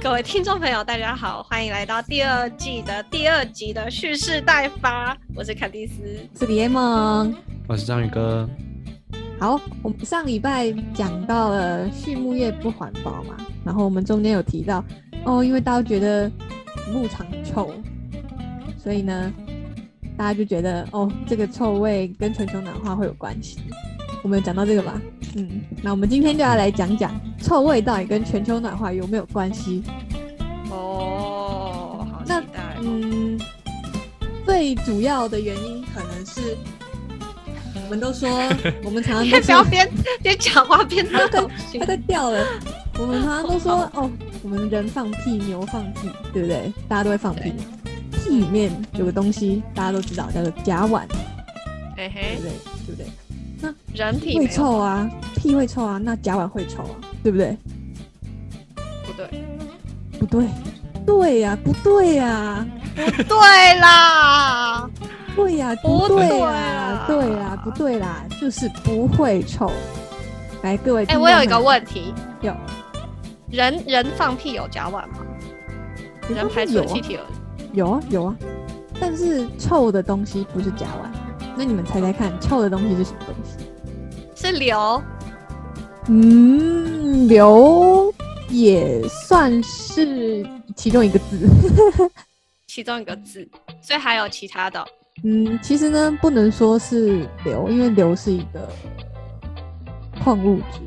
各位听众朋友，大家好，欢迎来到第二季的第二集的蓄势待发。我是凯蒂斯，是李 A 梦。我哦是章鱼哥。好，我们上礼拜讲到了畜牧业不环保嘛，然后我们中间有提到哦，因为大家觉得牧场臭，所以呢，大家就觉得哦，这个臭味跟全球暖化会有关系。我们有讲到这个吧？嗯，那我们今天就要来讲讲臭味到底跟全球暖化有没有关系？哦，好期那待。嗯，最主要的原因可能是我们都说，我们常常你都也 不要说边边讲话边喝东西它。在掉了。我们常常都说哦，我们人放屁，牛放屁，对不对？大家都会放屁。屁里面有个东西，大家都知道，叫做甲烷， 嘿对嘿不，对？对不对？人体会没有臭啊，屁会臭啊，那甲烷会臭啊，对不对？不对，不对，对呀、不对呀、对啦，对呀、不对对啊啦啦，对啦，不对啦，就是不会臭。来，各位，哎、我有一个，问题，有人人放屁有甲烷吗？人排出有的啊气体有有啊有啊，但是臭的东西不是甲烷，那你们猜猜看，臭的东西是什么东西？是硫，嗯，硫也算是其中一个字。其中一个字，所以还有其他的。 嗯，其实呢，不能说是硫，因为硫是一个矿物质，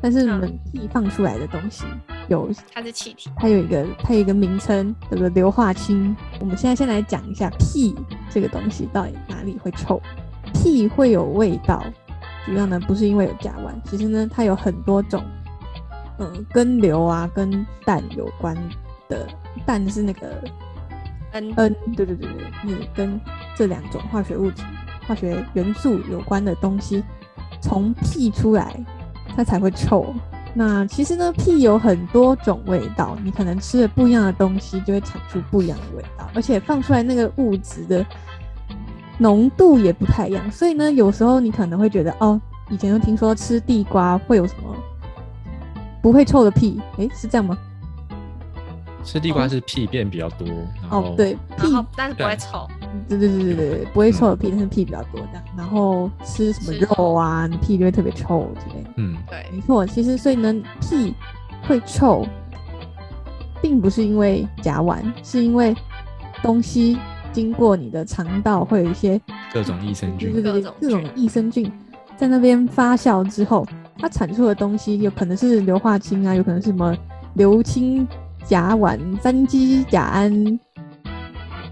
但是你嗯们屁放出来的东西有它是气体，它有一个它有一个名称叫做硫化氢。我们现在先来讲一下屁这个东西到底哪里会臭，屁会有味道，主要呢不是因为有甲烷，其实呢它有很多种，嗯、跟硫啊跟氮有关的，氮是那个嗯， N，对呃对对对，你跟这两种化学物质、化学元素有关的东西从屁出来，它才会臭。那其实呢，屁有很多种味道，你可能吃了不一样的东西，就会产出不一样的味道，而且放出来那个物质的浓度也不太一样，所以呢，有时候你可能会觉得，哦，以前就听说吃地瓜会有什么不会臭的屁，诶，是这样吗？吃地哦瓜是屁便比较多，然后哦，对，然屁后但是不会臭，对对对对对，对，不会臭的屁，但是屁比较多这样。然后吃什么吃肉啊，你屁就会特别臭之类的。嗯，对，没错，其实所以呢，屁会臭，并不是因为甲烷，是因为东西经过你的肠道会有一些各种益生对菌对对各种各种菌益生菌在那边发酵之后，它产出的东西有可能是硫化氢啊，有可能是什么硫氢甲烷、三基甲胺、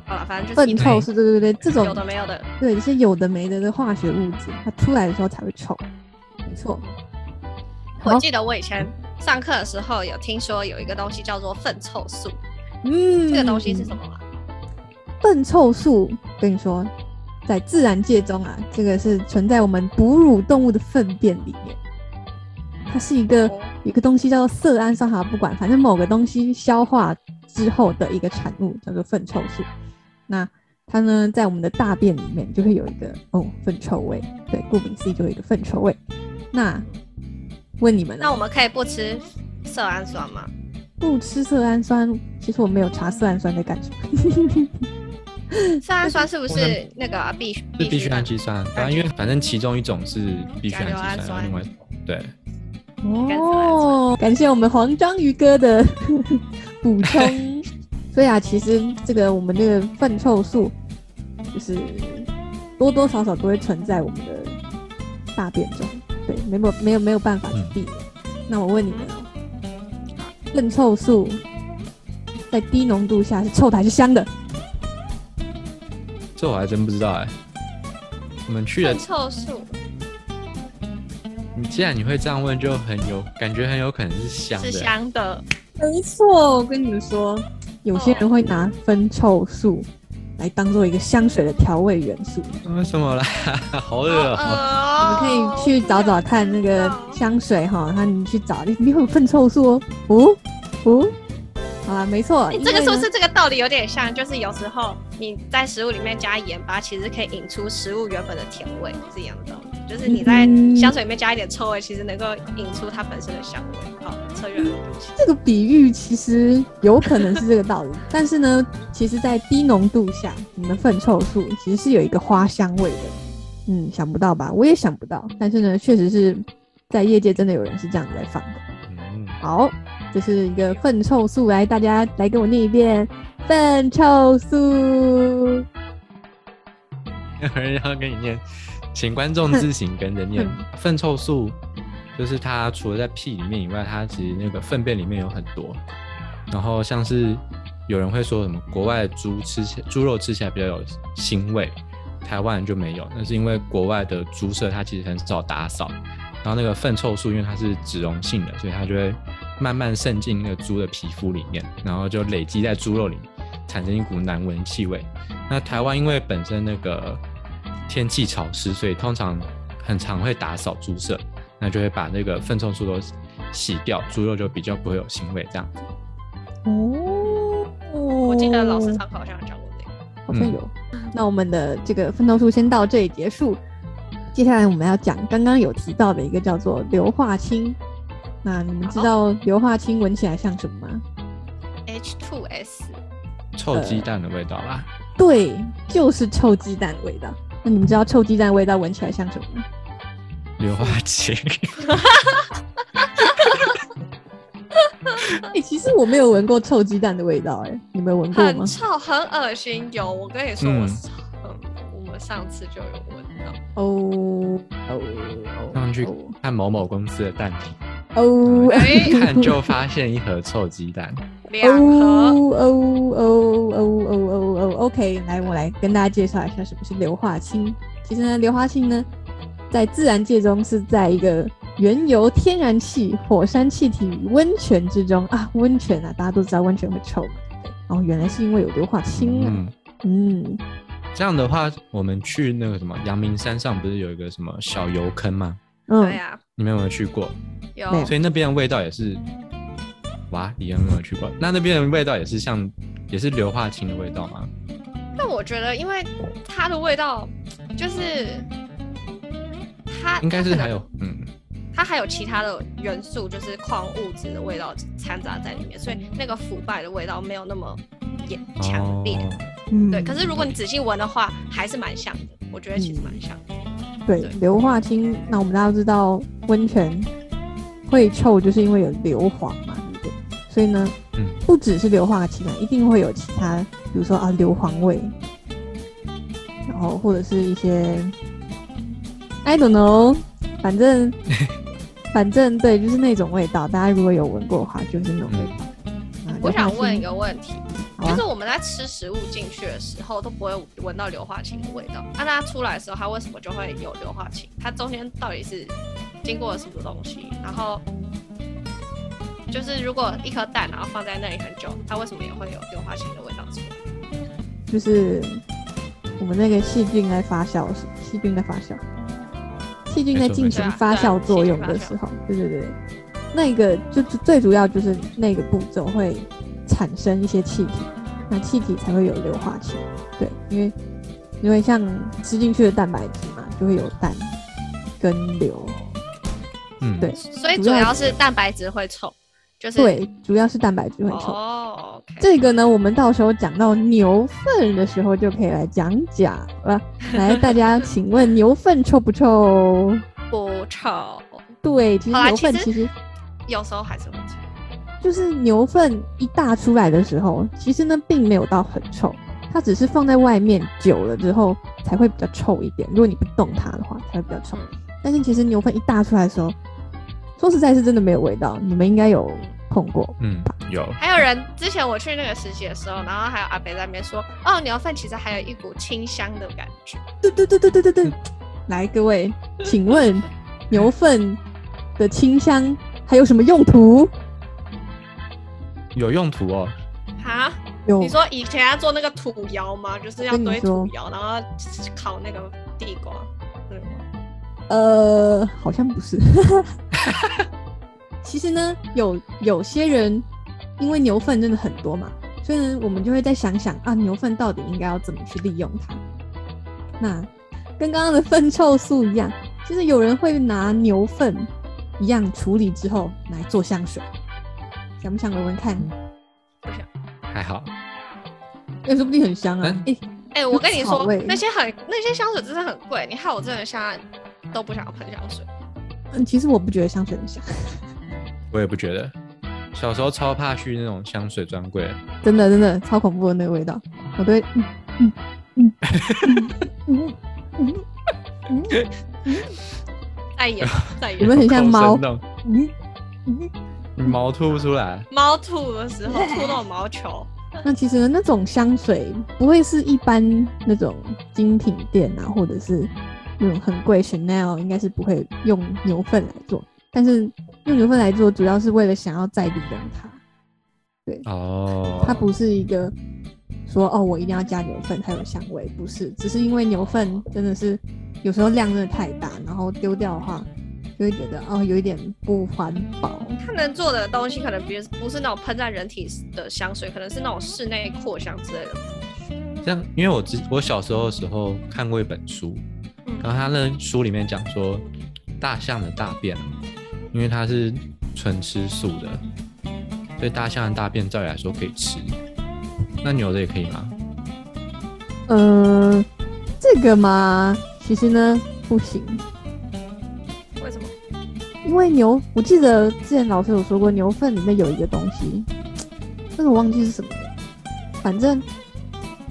好了，反正就是一粪堆臭是，对对对，这种哦有的没有的，对一些有的没的的化学物质，它出来的时候才会臭。没错，我好记得我以前上课的时候有听说有一个东西叫做粪臭素，嗯，这个东西是什？么啊？粪臭素，跟你说，在自然界中啊，这个是存在我们哺乳动物的粪便里面。它是一个哦有一个东西叫做色氨酸，好像不管，反正某个东西消化之后的一个产物叫做粪臭素。那它呢，在我们的大便里面就会有一个哦粪臭味，对，顾名思义就有一个粪臭味。那问你们啊，那我们可以不吃色氨酸 吗？不吃色氨酸，其实我没有查色氨酸在干什么。色氨酸是不我是们那个啊必须是必需的氨基酸，反正啊因为反正其中一种是必需氨甲基酸，硫氨然后酸另外一种对，哦，感谢我们黄章鱼哥的 补充。所以啊，其实这个我们这个粪臭素，就是多多少少都会存在我们的大便中，对，没有没有没有办法去避免。那我问你们哦，粪臭素在低浓度下是臭的还是香的？这我还真不知道哎。我们去了粪，臭素你既然你会这样问，就很有感觉，很有可能是香是的。香的，没错，我跟你们说，有些人会拿分臭素来当做一个香水的调味元素。为什么啦？ 好恶哦！你们哦可以去找找看那个我不知道香水哈，那你去找，里面会有粪臭素哦。哦哦，好啦，没错，哎因这个为是不呢是这个道理有点像？就是有时候你在食物里面加盐巴，其实可以引出食物原本的甜味，是一样的道理。就是你在嗯香水里面加一点臭味，其实能够引出它本身的香味。好，扯远哦了。这个比喻其实有可能是这个道理， 但是呢，其实，在低浓度下，你的粪臭素其实是有一个花香味的。嗯，想不到吧？我也想不到，但是呢，确实是在业界真的有人是这样子在放的。嗯，好，这是一个粪臭素，来，大家来跟我念一遍粪臭素。有 人要跟你念，请观众自行跟着念。粪臭素就是它除了在屁里面以外，它其实那个粪便里面有很多。然后像是有人会说什么国外的猪吃起猪肉吃起来比较有腥味，台湾人就没有，那是因为国外的猪舍它其实很少打扫，然后那个粪臭素因为它是脂溶性的，所以它就会慢慢渗进那个猪的皮肤里面，然后就累积在猪肉里面，产生一股难闻气味。那台湾因为本身那个天气潮湿，所以通常很常会打扫猪舍，那就会把那个粪臭素都洗掉，猪肉就比较不会有腥味。这样子，哦，我我记得老哦师上课好像有讲过这个。好嗯像有。那我们的这个奋斗术先到这里结束，接下来我们要讲刚刚有提到的一个叫做硫化氢。那你们知哦道硫化氢闻起来像什么吗？ H two S，臭鸡蛋的味道啦，对，就是臭鸡蛋的味道。那你们知道臭鸡蛋的味道闻起来像什么吗？硫化氢。哎、其实我没有闻过臭鸡蛋的味道、哎，你们有闻过吗很？臭，很恶心。有，我跟你说，嗯我上、我们上次就有闻到。哦哦哦，上去哦看某某公司的蛋哦饼，哎、 看就发现一盒臭鸡蛋。两盒。哦哦哦哦哦哦哦，OK，来，我来跟大家介绍一下什么是硫化氢。其实呢，硫化氢呢，在自然界中是在一个原油、天然气、火山气体与温泉之中啊，温泉啊，大家都知道温泉会臭嘛。哦，原来是因为有硫化氢啊。嗯，嗯，这样的话，我们去那个什么阳明山上不是有一个什么小油坑吗？嗯对，啊呀、你们有没有去过？有没有所以那边的味道也是，哇，你有没有去过？那那边的味道也是像，也是硫化氢的味道吗？但我觉得，因为它的味道就是它应该是它可能还有，嗯，它还有其他的元素，就是矿物质的味道掺杂在里面，所以那个腐败的味道没有那么也强烈。哦嗯对，可是如果你仔细闻的话，还是蛮像的。我觉得其实蛮像的。对对硫化氢，那我们大家都知道温泉会臭，就是因为有硫磺嘛，对不对？所以呢，嗯不只是硫化氢啊，一定会有其他，比如说啊硫磺味，然后或者是一些 I don't know，反正反正对，就是那种味道。大家如果有闻过的话，就是那种味道。啊我想问一，硫个问题，化氢好就啊是我们在吃食物进去的时候都不会闻到硫化氢的味道，那、它出来的时候，它为什么就会有硫化氢？它中间到底是经过了什么东西？然后就是如果一颗蛋然后放在那里很久，它为什么也会有硫化氢的味道出来？就是我们那个细菌在发酵的时候，细菌在发酵，细菌在进行没错发酵作用的时候，对对对，那个就就最主要就是那个步骤会产生一些气体，那气体才会有硫化氢，对，因为因为像吃进去的蛋白质嘛，就会有氮跟硫，嗯，对所以主要是蛋白质会臭，就是对，主要是蛋白质会臭。哦，OK，这个呢，我们到时候讲到牛粪的时候就可以来讲讲 了。来，大家请问牛粪臭 不臭？不臭，对，其好实啦牛粪其实其实有时候还是会臭。就是牛粪一大出来的时候，其实呢并没有到很臭，它只是放在外面久了之后才会比较臭一点。如果你不动它的话，才会比较臭。嗯但是其实牛粪一大出来的时候，说实在是真的没有味道，你们应该有碰过。嗯，有，还有人之前我去那个实习的时候，然后还有阿北在那边说，哦，牛粪其实还有一股清香的感觉。对对对对对对对，来各位，请问牛粪的清香还有什么用途？有用途哦。哈，有你说以前要做那个土窑吗？就是要哦跟你堆说土窑，然后烤那个地瓜，对吗？呃，好像不是。 其实呢，有有些人因为牛粪真的很多嘛，所以呢，我们就会再想想啊，牛粪到底应该要怎么去利用它。那跟刚刚的粪臭素一样，就是有人会拿牛粪一样处理之后来做香水，想不想闻闻看？还好，哎、说不定很香啊！哎、哎、我跟你草说味，那些很那些香水真的很贵，你害我真的现在都不想要喷香水。嗯其实我不觉得香水很香，我也不觉得。小时候超怕去那种香水专柜，真的真的超恐怖的那个味道，我都会嗯嗯嗯嗯嗯嗯嗯再 也哎再我也们很像猫口水弄嗯嗯。你毛吐不出来，猫吐的时候吐那种毛球，那其实那种香水不会是一般那种精品店啊，或者是那种很贵 Chanel 应该是不会用牛粪来做，但是用牛粪来做主要是为了想要再利用它，哦，它不是一个说哦我一定要加牛粪才有香味，不是，只是因为牛粪真的是有时候量真的太大，然后丢掉的话就会觉得哦有一点不环保，它能做的东西可能比如不是那种喷在人体的香水，可能是那种室内扩香之类的。像因为我之我小时候的时候看过一本书，嗯然后他那书里面讲说，大象的大便，因为它是纯吃素的，所以大象的大便照理来说可以吃，那牛的也可以吗？呃，这个嘛其实呢不行。为什么？因为牛，我记得之前老师有说过，牛粪里面有一个东西，但是我忘记是什么了。反正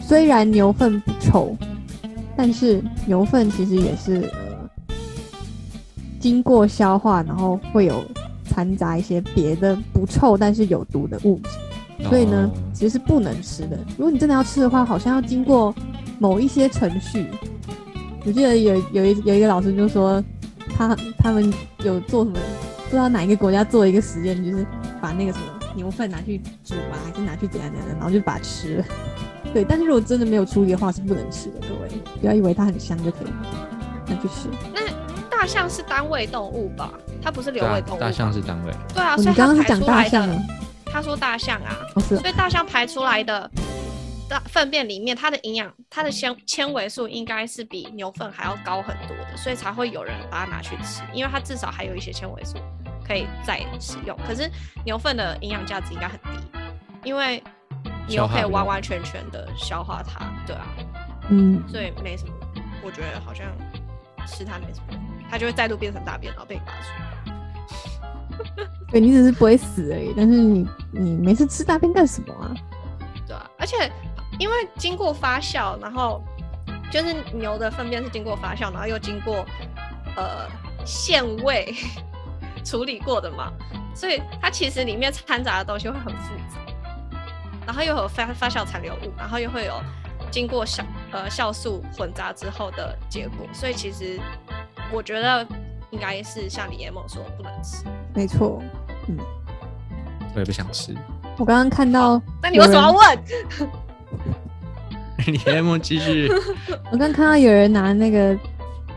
虽然牛粪不臭，但是牛粪其实也是呃经过消化，然后会有掺杂一些别的不臭但是有毒的物质。所以呢哦，其实是不能吃的。如果你真的要吃的话，好像要经过某一些程序。我记得有有一有一个老师就说，他他们有做什么，不知道哪一个国家做一个实验，就是把那个什么牛粪拿去煮啊，还是拿去怎样怎样，然后就把它吃了。对，但是如果真的没有处理的话，是不能吃的。各位，不要以为它很香就可以拿去吃。大象是单位动物吧？它不是对流啊位动物吧。大象是单位，对啊，哦所你以刚它刚排是讲出大来象的啊，他说大象啊，哦是哦所以大象排出来的大粪便里面，它的营养、它的纤纤维素应该是比牛粪还要高很多的，所以才会有人把它拿去吃，因为它至少还有一些纤维素可以再使用。可是牛粪的营养价值应该很低，因为你又消可化以不完了完全全的消化它，对啊，嗯，所以没什么，我觉得好像吃它没什么用，它就会再度变成大便，然后被你拔出。对你只是不会死而已，但是你你没事吃大便干什么啊？对啊，而且因为经过发酵，然后就是牛的粪便是经过发酵，然后又经过呃限味处理过的嘛，所以它其实里面掺杂的东西会很复杂，然后又有发发酵残留物，然后又会有经过酵呃酵素混杂之后的结果，所以其实我觉得应该是像李彦某说的不能吃。没错，我也不想吃。 我刚刚看到，那你为什么要有人问？李 M 继续，我刚刚看到有人拿那个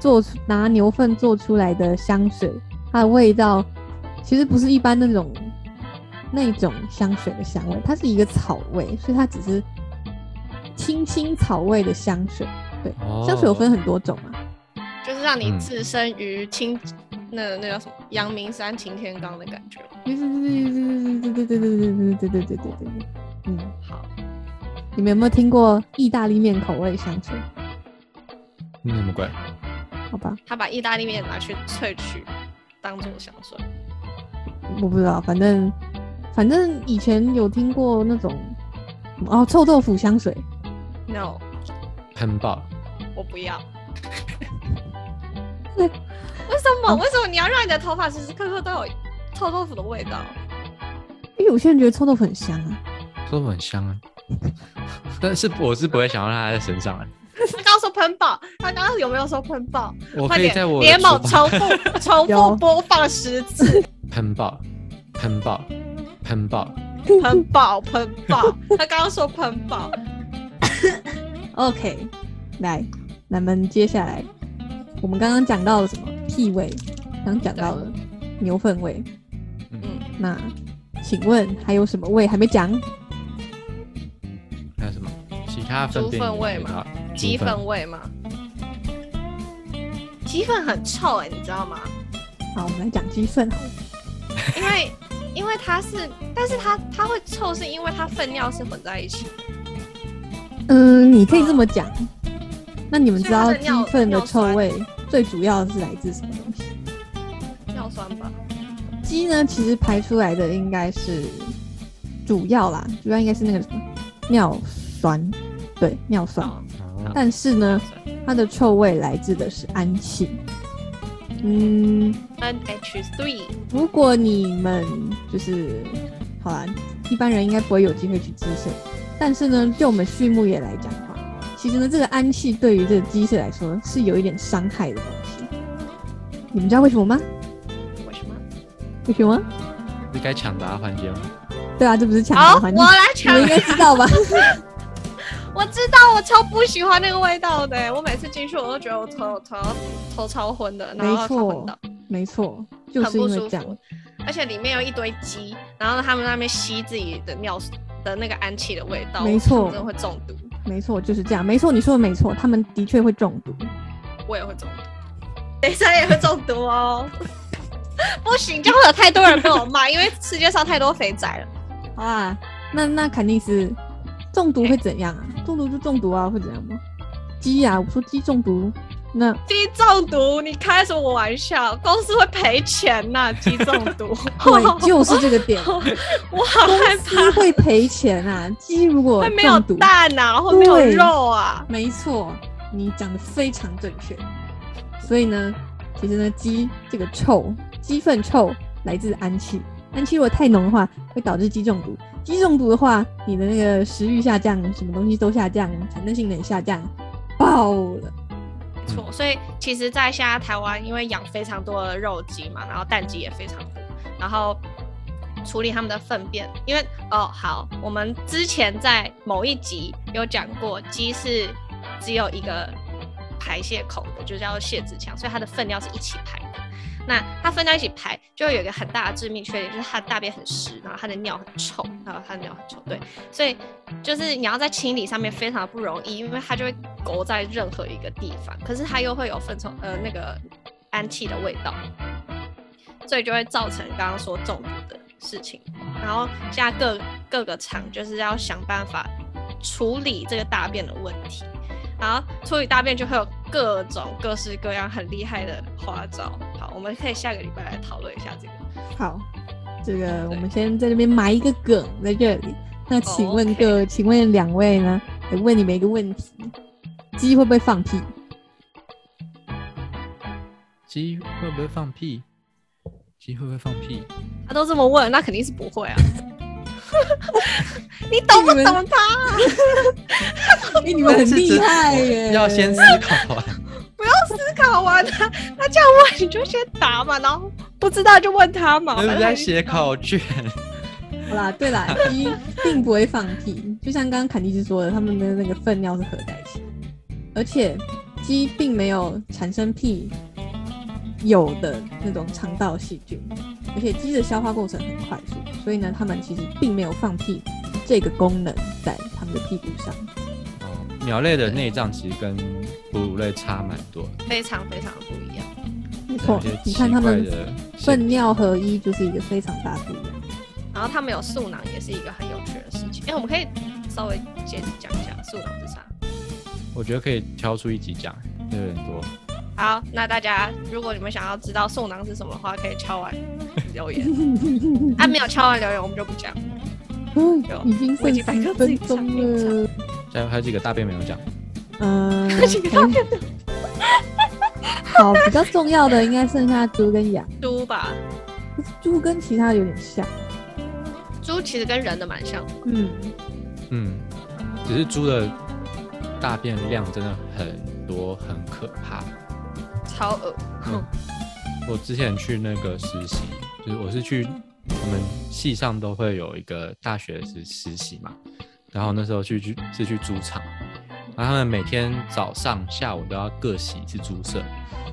做出拿牛粪做出来的香水，它的味道其实不是一般那种那种香水的香味，它是一个草味，所以它只是清新草味的香水。对，哦香水有分很多种嘛，就是让你嗯置身于青，那那叫什么阳明山晴天岗的感觉。对对对对对对对对对对对对对对对对，嗯，好，你们有没有听过意大利面口味香水？那什么鬼？好吧，他把意大利面拿去萃取，当做香水。我不知道，反正反正以前有听过那种哦臭豆腐香水， No，喷爆！我不要。 为什啊么？为什么你要让你的头发时时刻刻都有臭豆腐的味道？因为有些人觉得臭豆腐很香啊。说很香啊， 但是我是不会想要让它在身上啊。他刚刚说喷爆，他刚刚有没有说喷爆？我快可以点在，我的连某厨重房复 重有复播放十次，喷爆，喷爆，喷爆！喷爆喷爆。他刚刚说喷爆， OK，来，那们接下来我们刚刚讲到了什么？屁味，刚讲到了牛粪味，嗯，那请问还有什么味还没讲？还有什么？其他粪猪便粪也味可以吗啊？猪鸡粪粪味吗？鸡粪很臭哎、你知道 吗？好，我们来讲鸡粪好了。因为因为它是，但是它它会臭，是因为它粪尿是混在一起的。嗯，你可以这么讲。那你们知所以它道的鸡尿粪的尿臭酸味最主要是来自什么东西？尿酸吧，鸡呢，其实排出来的应该是主要啦，主要应该是那个什么尿酸，对，尿酸。哦哦但是呢，它的臭味来自的是氨气。嗯， ，NH three，如果你们就是好啦，一般人应该不会有机会去鸡舍，但是呢，就我们畜牧业来讲的话，其实呢，这个氨气对于这个鸡舍来说是有一点伤害的东西。你们知道为什么吗？为什么？为什么？是该抢答环节吗？对啊，这不是抢好，答我环节，来你抢们，应该知道 吧？我知道，我超不喜欢那个味道的、欸我每次进去我都觉得我头头要头超昏的，然后超没昏错倒，，没错，就是很因不为舒这样服，。而且里面有一堆鸡，然后他们在那边吸自己的尿的那个氨气的味道，没错我真的会中毒，没错，就是这样，没错，你说的没错，他们的确会中毒。我也会中毒，等一下也会中毒 哦。不行，就会有太多人被我骂，因为世界上太多肥仔了。好啊，那那肯定是中毒会怎样啊？中毒就中毒啊，会怎样吗？鸡啊，我说鸡中毒，那鸡中毒，你开什么玩笑？公司会赔钱呐、鸡中 毒，对，就是这个点，我好害鸡怕，会赔钱啊，鸡如果会没有中毒，蛋呐、然后没有对肉啊。没错，你讲的非常正确。所以呢，其实呢，鸡这个臭，鸡粪臭来自氨气，氨气如果太浓的话，会导致鸡中毒。鸡中毒的话，你的那个食欲下降，什么东西都下降，产生性能也下降，爆了。错，所以其实，在现在台湾，因为养非常多的肉鸡嘛，然后蛋鸡也非常多，然后处理它们的粪便，因为哦，好，我们之前在某一集有讲过，鸡是只有一个排泄口的，就叫泄殖腔，所以它的粪尿是一起排的。那它粪尿一起排，就会有一个很大的致命缺点，就是它的大便很湿，然后它的尿很臭，然后它的尿很臭，对，所以就是你要在清理上面非常不容易，因为它就会勾在任何一个地方，可是它又会有粪虫呃那个氨气的味道，所以就会造成刚刚说中毒的事情。然后现在各各个厂就是要想办法处理这个大便的问题，然后处理大便就会有各种各式各样很厉害的花招。好，我们可以下个礼拜来讨论一下这个。好，这个我对们先在这边埋一个梗在这里。那请问 OK 各哦请问两位呢？我问你们一个问题：鸡会不会放 屁？鸡会不会放屁？鸡会不会放屁？他都这么问，那肯定是不会啊。 你懂不你们懂他？哎，你们很这厉这害耶！哦要先思考啊。考完他，他这样问你就先答嘛，然后不知道就问他嘛。那反不正在他就写考卷，好啦，对啦， 鸡并不会放屁，就像刚刚肯尼斯说的，他们的那个粪尿是合在一起的，而且鸡并没有产生屁有的那种肠道细菌，而且鸡的消化过程很快速，所以呢，它们其实并没有放屁这个功能在它们的屁股上。哦鸟类的内脏其实跟哺乳类差蛮多的，非常非常不一样。没错有一些，你奇看它怪们的粪现尿合一就是一个非常大的不一样。然后他们有素囊，也是一个很有趣的事情。哎，我们可以稍微简讲一下素囊是啥。我觉得可以挑出一集讲，有点多。好，那大家如果你们想要知道素囊是什么的话，可以敲完留言。啊，没有敲完留言，我们就不讲。嗯有已经我已剩经把十它自己分讲一讲钟 了，还有还有几个大便没有讲，嗯、这个大便好，比较重要的应该剩下猪跟羊。猪吧，可是猪跟其他有点像，猪其实跟人的蛮像的。嗯，嗯，只是猪的大便量真的很多，很可怕。超恶。嗯我之前去那个实习，就是我是去我们系上都会有一个大学实实习嘛，然后那时候去去是去猪场，然后他们每天早上下午都要各洗一次猪舍，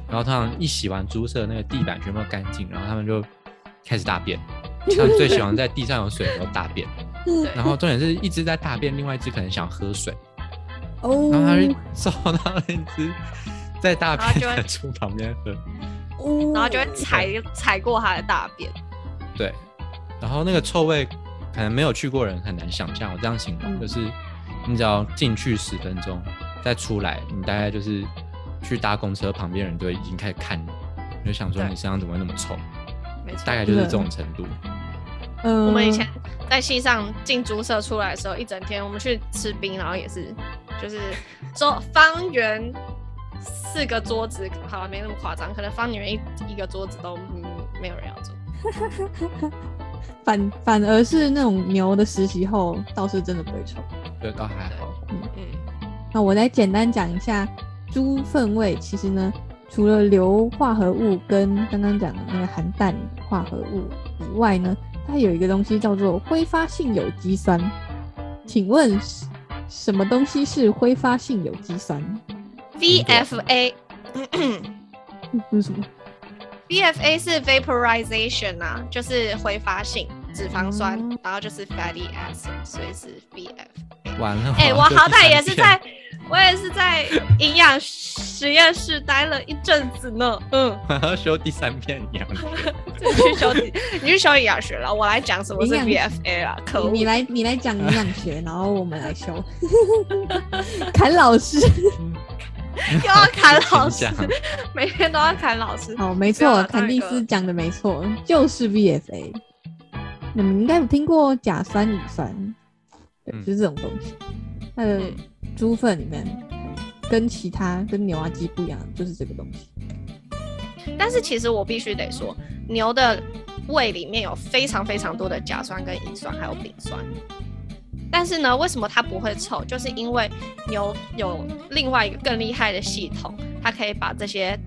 然后通常一洗完猪舍那个地板全部都干净，然后他们就开始大便，他们最喜欢在地上有水的时候大便，对然后重点是一只在嗯大便，另外一只可能想喝水， 哦然后他就找到那只在大然后便就会的猪旁边喝，哦然后就哦会踩踩过它的大便。对，然后那个臭味可能没有去过人很难想象，我这样形容、嗯就是，你只要进去十分钟再出来，你大概就是去搭公车旁边人都已经开始看你，你就想说对你身上怎么会那么臭，没错大，概就是这种程度。嗯，我们以前在系上进猪舍出来的时候，一整天我们去吃冰，然后也是就是桌方圆四个桌子，好了没那么夸张，可能方圆一一个桌子都、嗯、没有人要坐。反反而是那种牛的实习后倒是真的不会臭。就倒还好，嗯，那我来简单讲一下猪粪味，其实呢，除了硫化合物跟刚刚讲的那个含氮化合物以外呢，它有一个东西叫做挥发性有机酸。请问是什么东西是挥发性有机酸？ VFA 嗯这是什么？ VFA 是 vaporization 啊，就是挥发性脂肪酸，哦嗯然后就是 fatty acid，所以是 VF。完了。哎、就我好第歹三也是天在，我也是在营养实验室待了一阵子呢。嗯，我要修第三遍 一样的。你去 修你去修营养学了，我来讲什么是营养 VFA 啦。可恶，你你来你来讲营养学，然后我们来修。 砍老师，又要砍老师 请讲，每天都要砍老师。好，没不要错啦，坎蒂当然斯讲的没错，就是 VFA。你们应该有听过甲酸乙酸，对，嗯就是这种东西。它的嗯猪粪里面跟其他跟牛啊鸡不一样，就是这个东西。但是其实我必须得说，牛的胃里面有非常非常多的甲酸跟乙酸，还有丙酸。但是呢，为什么它不会臭？就是因为牛有另外一个更厉害的系统，它可以把这些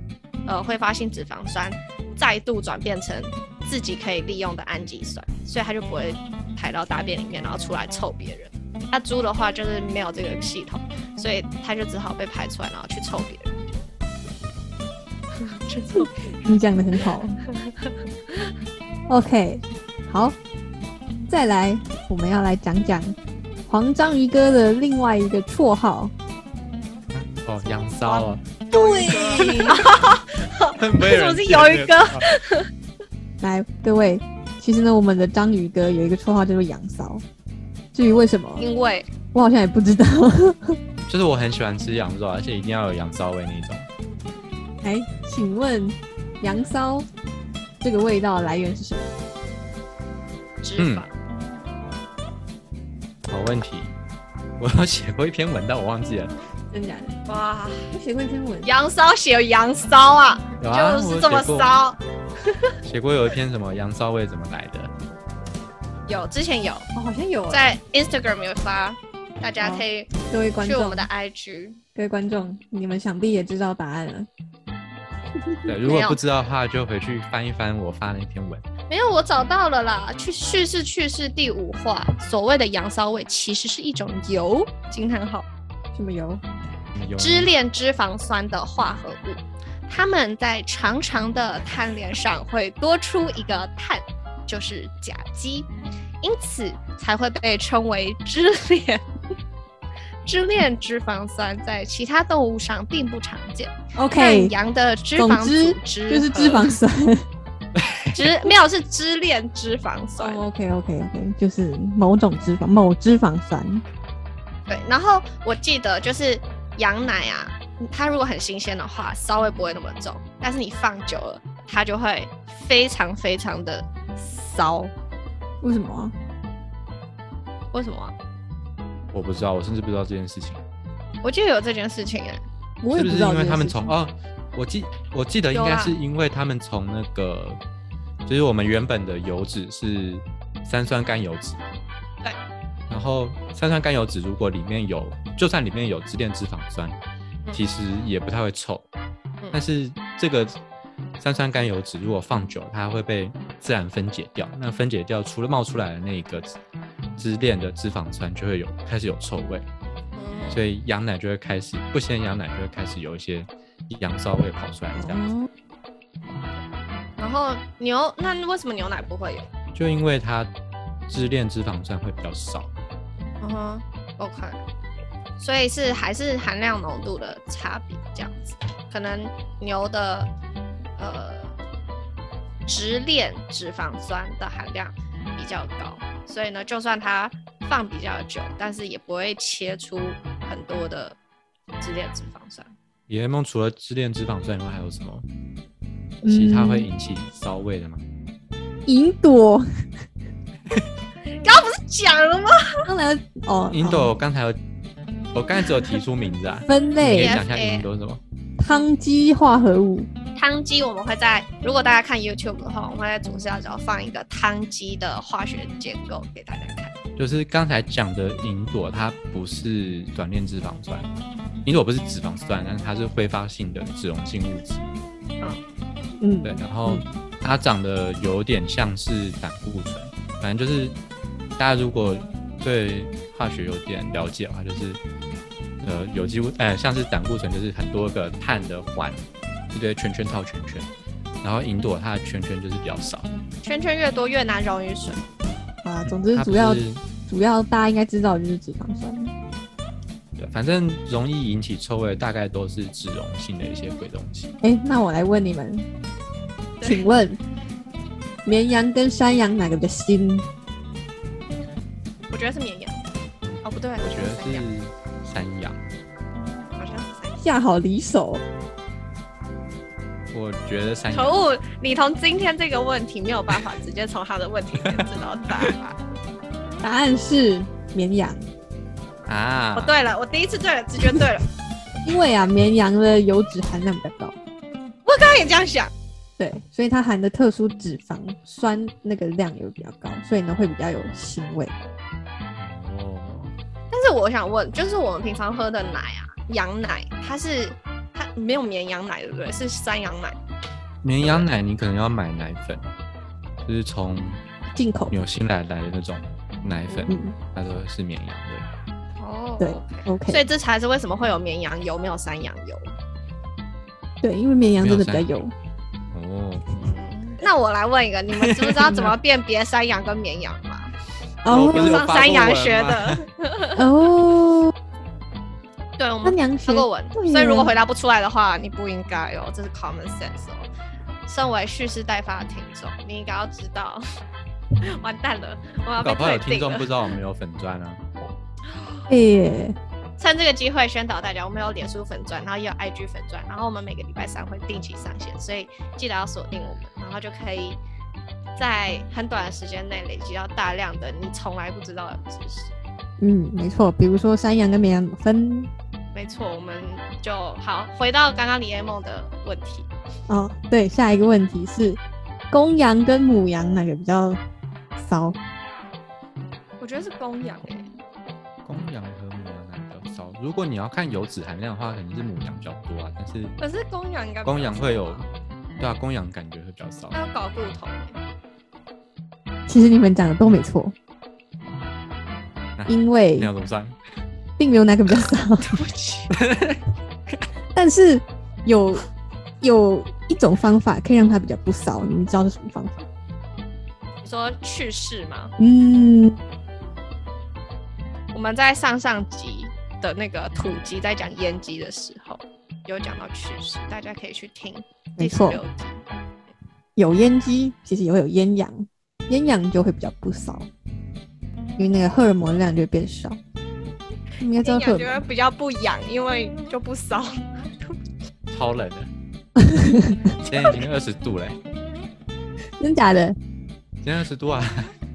呃挥发性脂肪酸再度转变成自己可以利用的氨基酸，所以它就不会排到大便里面，然后出来臭别人。那猪的话就是没有这个系统，所以它就只好被排出来，然后去臭别人。去臭你讲的很好。OK，好，再来，我们要来讲讲黄章鱼哥的另外一个绰号。哦，羊骚哦，对。不会有人为什么是记得鱿鱼这哥话？来，各位，其实呢，我们的章鱼哥有一个绰号叫做“羊骚”，至于为什么，因为我好像也不知道。就是我很喜欢吃羊肉，而且一定要有羊骚味那种。哎，请问羊骚这个味道来源是什么？脂嗯肪。好问题，我有写过一篇文，但我忘记了。真假的？哇，我写过一篇文，羊骚写羊骚啊，有啊，我就是有这么写过。骚。写过有一篇什么羊骚味怎么来的？有，之前有哦，好像有哎在 Instagram 有发，大家哦可以各位观去我众们的，IG。各位观众，你们想必也知道答案了。对，如果不知道的话，就回去翻一翻我发那篇文。没有，我找到了啦，去叙事去世第五话，所谓的羊骚味其实是一种油，惊叹号。什么油？有支链脂肪酸的化合物，它们在长长的碳链上会多出一个碳，就是甲基，因此才会被称为支链。 支链脂肪酸在其他动物上并不常见，但 OK，羊的脂总肪之组织就是和脂肪酸。脂没有是支链脂肪酸。哦，OK，OK，OK，就是某种脂肪，某脂肪酸。对，然后我记得就是羊奶啊，它如果很新鲜的话，稍微不会那么重，但是你放久了，它就会非常非常的骚。为什么啊？为什么啊、我不知道，我甚至不知道这件事情。我记得有这件事情哎、我也是不不是知道因为这件他们事情从哦，我记我记得应有该啊是因为他们从那个，就是我们原本的油脂是三酸甘油脂，对，然后三酸甘油脂如果里面有，就算里面有支链脂肪酸，嗯其实也不太会臭，嗯但是这个三酸甘油脂如果放久，它会被自然分解掉，那分解掉除了冒出来的那个支支链的脂肪酸就会有开始有臭味。嗯所以羊奶就会开始不鲜羊奶就会开始有一些羊骚味跑出来，这样子，哦然后牛，那为什么牛奶不会有？就因为它支链脂肪酸会比较少，嗯哼，OK，所以是还是含量浓度的差别这样子。可能牛的呃直链脂肪酸的含量比较高，所以呢，就算它放比较久，但是也不会切出很多的直链脂肪酸。野联盟除了支链脂肪酸以外，还有什么其他会嗯引起骚味的吗？银朵，刚刚不是讲了吗？当然哦，银哦，朵刚才有，我刚才只有提出名字啊 分你可以类讲一下 FA 银朵是什么？汤基化合物，汤鸡我们会在，如果大家看 YouTube 的话，我们会在左下角放一个汤鸡的化学结构给大家看。就是刚才讲的银朵，它不是短链脂肪酸，银朵不是脂肪酸，但是它是挥发性的脂溶性物质。嗯，对，然后它长得有点像是胆固醇，反正就是大家如果对化学有点了解的话，就是呃有机物，呃像是胆固醇就是很多个碳的环，一堆圈圈套圈圈，然后银朵它的圈圈就是比较少，嗯圈圈越多越难溶于水。啊，总之它不主要是主要大家应该知道的就是脂肪酸，对，反正容易引起臭味，大概都是脂溶性的一些鬼东西。哎，那我来问你们，请问绵羊跟山羊哪个比较腥？我觉得是绵羊，哦不对，我我觉得山羊，是山羊，好像是山下好离手，我觉得山羊。羊可恶，你从今天这个问题没有办法直接从他的问题里面知道答案。答案是绵羊，啊，哦，对了，我第一次对了，直觉对了，因为啊，绵羊的油脂含量比较高，我刚刚也这样想。对，所以它含的特殊脂肪酸那个量也会比较高，所以呢会比较有腥味。哦，但是我想问，就是我们平常喝的奶啊，羊奶，它是它没有绵羊奶对不对？是山羊奶。绵羊奶你可能要买奶粉，就是从进口，纽西兰来的那种奶粉，嗯它都是绵羊的。哦对 OK ，OK，所以这才是为什么会有绵羊油，没有山羊油。对，因为绵羊真的比较没有油，哦，那我来问一个，你们知不知道怎么辨别山羊跟绵羊吗？我 不我是有上发山过羊文学吗 的，哦，对，我们山羊学喝过文，对所以如果耶回答不出来的话，你不应该哦，这是 common sense 哦。身为蓄势待发的听众，你应该要知道， 完蛋了，我要被搞不好有退订听众不了。知道我们有粉砖啊。哎、趁这个机会宣导大家，我们有脸书粉钻，然后也有 IG 粉钻，然后我们每个礼拜三会定期上线，所以记得要锁定我们，然后就可以在很短的时间内累积到大量的你从来不知道的知识。嗯，没错，比如说山羊跟绵羊怎么分没错，我们就好回到刚刚李叶梦的问题。哦，对，下一个问题是公羊跟母羊哪个比较骚？我觉得是公羊欸诶、公羊和母羊奶比较少，如果你要看油脂含量的话，肯定是母羊比较多啊。但是可是公羊应该比较公羊会有少吧，对啊，公羊感觉会比较少。它要搞骨头欸、其实你们讲的都没错，因为那要怎么算？并没有哪个比较骚， 对不起，但是有有一种方法可以让它比较不骚，你们知道是什么方法？你说去世吗？嗯，我们在上上集的那个土鸡在讲阉鸡的时候，有讲到去世，大家可以去听第没十错六集。有阉鸡其实也会有阉羊，阉羊就会比较不骚，因为那个荷尔蒙量就会变少。你们应该知道听羊荷尔就会蒙，比较不痒，因为就不骚。 超冷的，现在已经二十度嘞，真假的？今天二十度啊，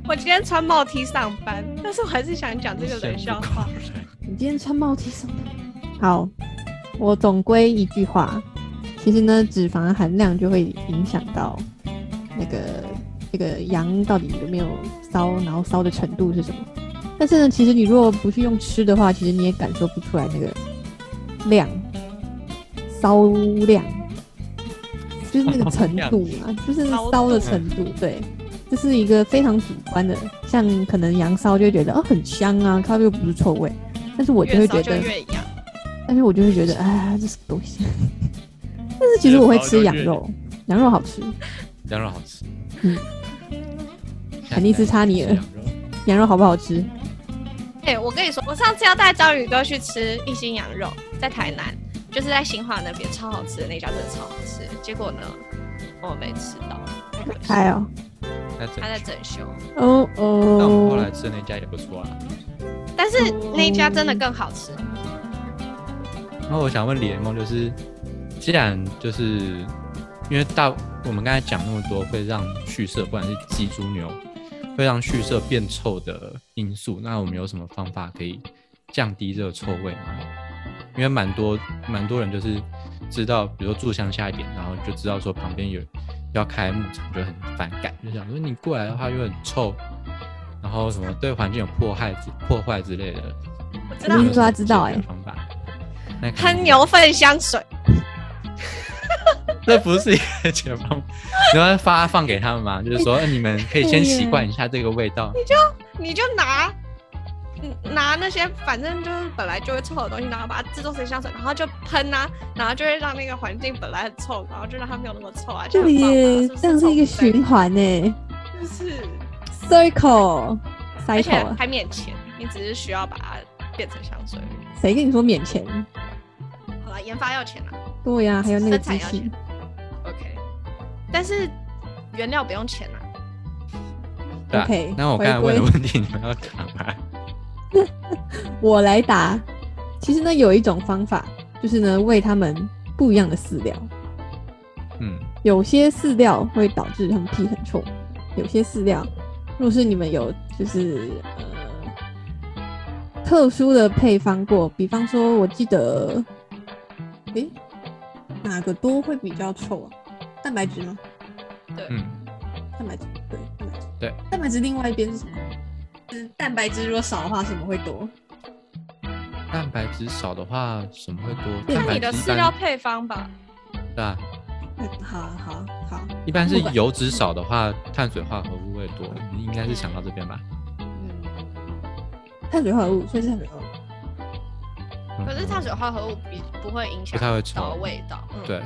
我今天穿帽 T 上班，但是我还是想讲这个冷笑话。你今天穿帽 T 上班？好，我总归一句话，其实呢，脂肪含量就会影响到那个那个羊到底有没有骚，然后骚的程度是什么。但是呢，其实你如果不去用吃的话，其实你也感受不出来那个量，骚量，就是那个程度嘛，就是骚的程度，对。这是一个非常主观的，像可能羊骚就会觉得哦很香啊，它又不是臭味，但是我就越会骚觉就得，越痒，但是我就会觉得哎，这是个东西。但是其实我会吃羊肉，羊肉好吃， 羊肉好吃， 嗯，肯定是差你了羊肉羊肉好不好吃？哎、我跟你说，我上次要带章宇哥去吃一心羊肉，在台南，就是在新化那边超好吃的那家真的超好吃，结果呢，我没吃到，太可惜。还有那整他在区整修，哦哦，但我们后来吃的那家也不错啊啦。但是那一家真的更好吃。然后我想问李联梦，就是既然就是因为大我们刚才讲那么多会让畜舍，不管是鸡、猪、牛，会让畜舍变臭的因素，那我们有什么方法可以降低这个臭味吗？因为蛮多蛮多人就是知道，比如说住乡下一点，然后就知道说旁边有要开牧场，就很反感，就想说你过来的话又很臭，然后什么对环境有迫害之破坏之类的。我知那道你说他知道欸有什么解决方法，那可能喷牛粪香水， 这不是一个解放，你要发放给他们吗？ 就是说，呃你们可以先习惯一下这个味道。你就拿嗯拿那些反正就是本来就会臭的东西，然后把它制作成香水，然后就喷啊，然后就会让那个环境本来很臭，然后就让它没有那么臭啊。这样棒里吧这样是一个，循环呢是不是臭不对就是，circle 而 cycle 且啊。还免钱，你只是需要把它变成香水而已。谁跟你说免钱？好了，研发要钱啊。对呀、还有那个生机产要器钱。OK，但是原料不用钱啊。对吧 OK，那我刚才回归问的问题，你们要干嘛？我来答。其实呢，有一种方法，就是呢，喂它们不一样的饲料。 嗯，有些饲料会导致它们屁很臭，有些饲料，若是你们有就是呃特殊的配方过，比方说，我记得，诶、哪个多会比较臭啊？蛋白质吗？嗯，蛋白质，对，蛋白质，对，蛋白质另外一边是什么？就是蛋白质如果少的话，什么会多？蛋白质少的话，什么会多？对看蛋白啊你的质一饲料般配方吧。对吧？嗯，好好好，啊一般是不管油脂少的话，碳水化合物会多。你应该是想到这边吧？嗯碳水化合物，所以是碳水化合物。嗯可是碳水化合物比不会影响不太会臭到味道。嗯，对，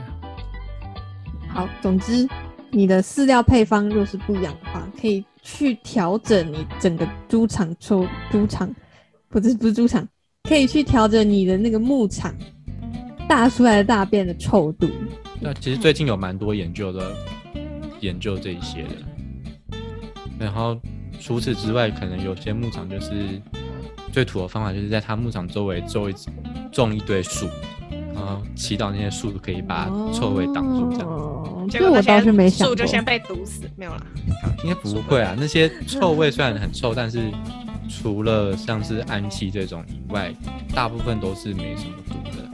好，总之你的饲料配方若是不一样的话，可以去调整你整个猪场抽猪场，不是不是猪场，可以去调整你的那个牧场大出来的大便的臭度。那其实最近有蛮多研究的，研究这一些的。然后除此之外，可能有些牧场就是最土的方法，就是在它牧场周围种一种一堆树，然后祈祷那些树可以把臭味挡住，这样、哦结这果我那倒些是没想树过。就先被毒死，没有啦。应该不会啊。那些臭味虽然很臭，但是除了像是氨气这种以外，大部分都是没什么毒的。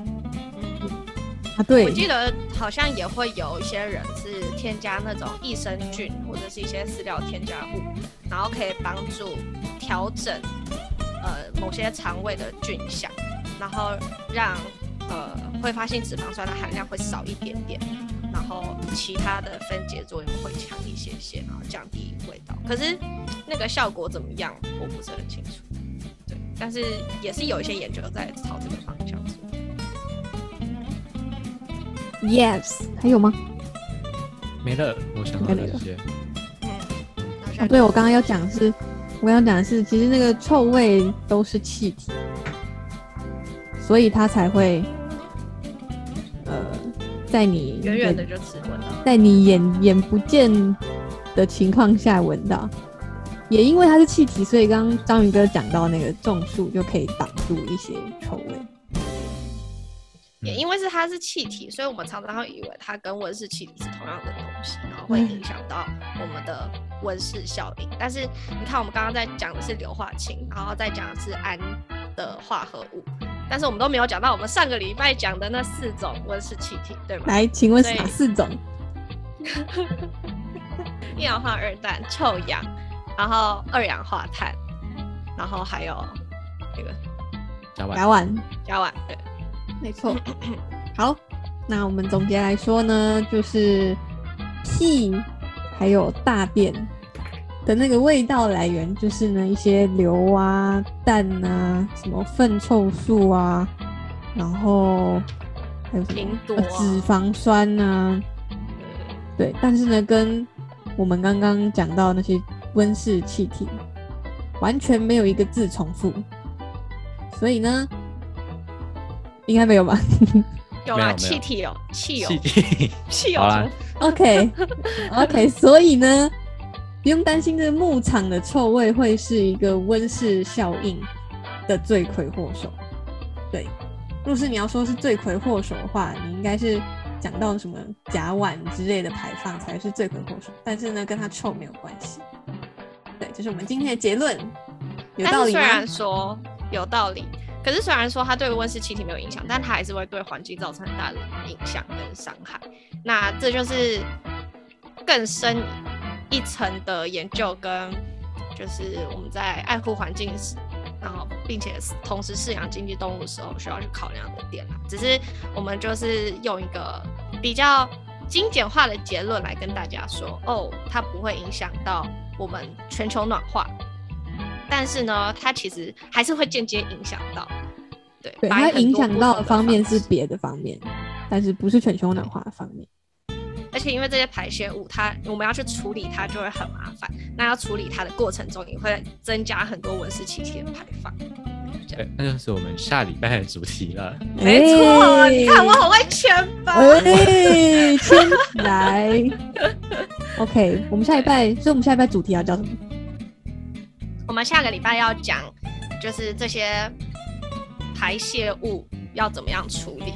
啊，对我，记得好像也会有一些人是添加那种益生菌或者是一些饲料添加物，然后可以帮助调整呃某些肠胃的菌相，然后让呃挥发性脂肪酸的含量会少一点点，然后其他的分解作用会强一些些，然后降低味道。可是那个效果怎么样，我不是很清楚。对，但是也是有一些研究在朝这个方向做。 Yes，还有吗？没了，我想没到的了这些，嗯，好哦像，对，我刚刚要讲的是，我要讲的是，其实那个臭味都是气体，所以它才会，呃，在你远远的就只闻到。在你眼眼不见的情况下闻到。也因为它是气体，所以刚刚章鱼哥讲到那个种树就可以挡住一些臭味。嗯也因为是它是气体，所以我们常常会以为它跟温室气体是同样的东西，然后会影响到我们的温室效应。但是你看，我们刚刚在讲的是硫化氢，然后再讲的是氨的化合物，但是我们都没有讲到我们上个礼拜讲的那四种温室气体，对吗？来，请问是对哪四种？一氧化二氮、臭氧，然后二氧化碳，然后还有那个加完甲甲烷。烷，对，没错。好，那我们总结来说呢，就是屁还有大便的那个味道来源，就是呢一些硫啊、氮啊、什么粪臭素啊，然后还有什么苹果呃脂肪酸啊，对对。但是呢，跟我们刚刚讲到那些温室气体完全没有一个字重复，所以呢，应该没有吧？有没啦，有气体哦，汽油气，体。汽油好啦从 OK OK，所以呢，不用担心这个牧场的臭味会是一个温室效应的罪魁祸首。对，若是你要说是罪魁祸首的话，你应该是讲到什么甲烷之类的排放才是罪魁祸首，但是呢，跟它臭没有关系。对，这是我们今天的结论，有但道是理虽吗？然说有道理，可是虽然说它对温室气体没有影响，但它还是会对环境造成很大的影响跟伤害。那这就是更深一层的研究跟就是我们在爱护环境时。然后，并且同时饲养经济动物的时候需要去考量的点啦。只是我们就是用一个比较精简化的结论来跟大家说，哦，它不会影响到我们全球暖化，但是呢，它其实还是会间接影响到，对，对，把它很多影响不到同的的方面式是别的方面，但是不是全球暖化的方面。而且因为这些排泄物，它我们要去处理它就会很麻烦。那要处理它的过程中，也会增加很多温室气体的排放。 对，那就是我们下礼拜的主题了。没错，你看我哎很会圈吧？哎，圈起来。OK，我们下礼拜，所以我们下礼拜主题啊要叫什么？我们下个礼拜要讲，就是这些排泄物要怎么样处理。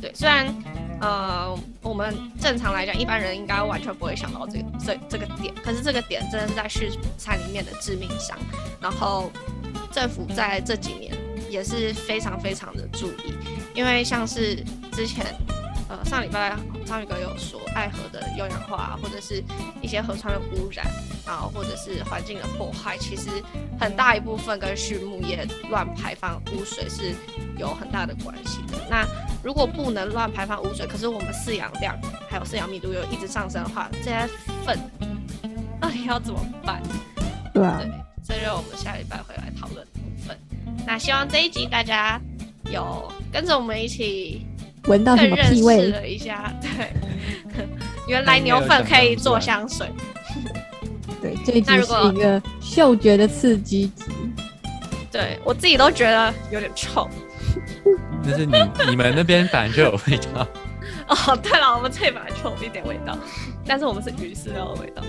对，虽然呃，我们正常来讲，一般人应该完全不会想到这个这这个点，可是这个点真的是在畜产里面的致命伤。然后政府在这几年也是非常非常的注意，因为像是之前呃上礼拜章鱼哥有说，爱河的优氧化或者是一些河川的污染啊，或者是环境的破坏，其实很大一部分跟畜牧业乱排放污水是有很大的关系的。那如果不能乱排放污水，可是我们饲养量还有饲养密度又一直上升的话，这些粪到底要怎么办？对啊对，，这就是我们下礼拜会来讨论的部分。那希望这一集大家有跟着我们一起闻到什更么认屁识味？了一下，对，原来牛粪可以做香水，对，这一集那如是果一个嗅觉的刺激集。对我自己都觉得有点臭。但是你你们那边反正就有味道，哦，对了，我们这里本来就有一点味道，但是我们是鱼饲料的味道。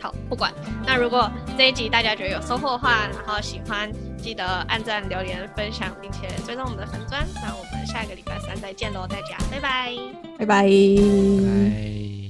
好，不管。那如果这一集大家觉得有收获的话，然后喜欢记得按赞、留言、分享，并且追踪我们的粉砖。那我们下个礼拜三再见喽，大家拜拜。拜拜。哎。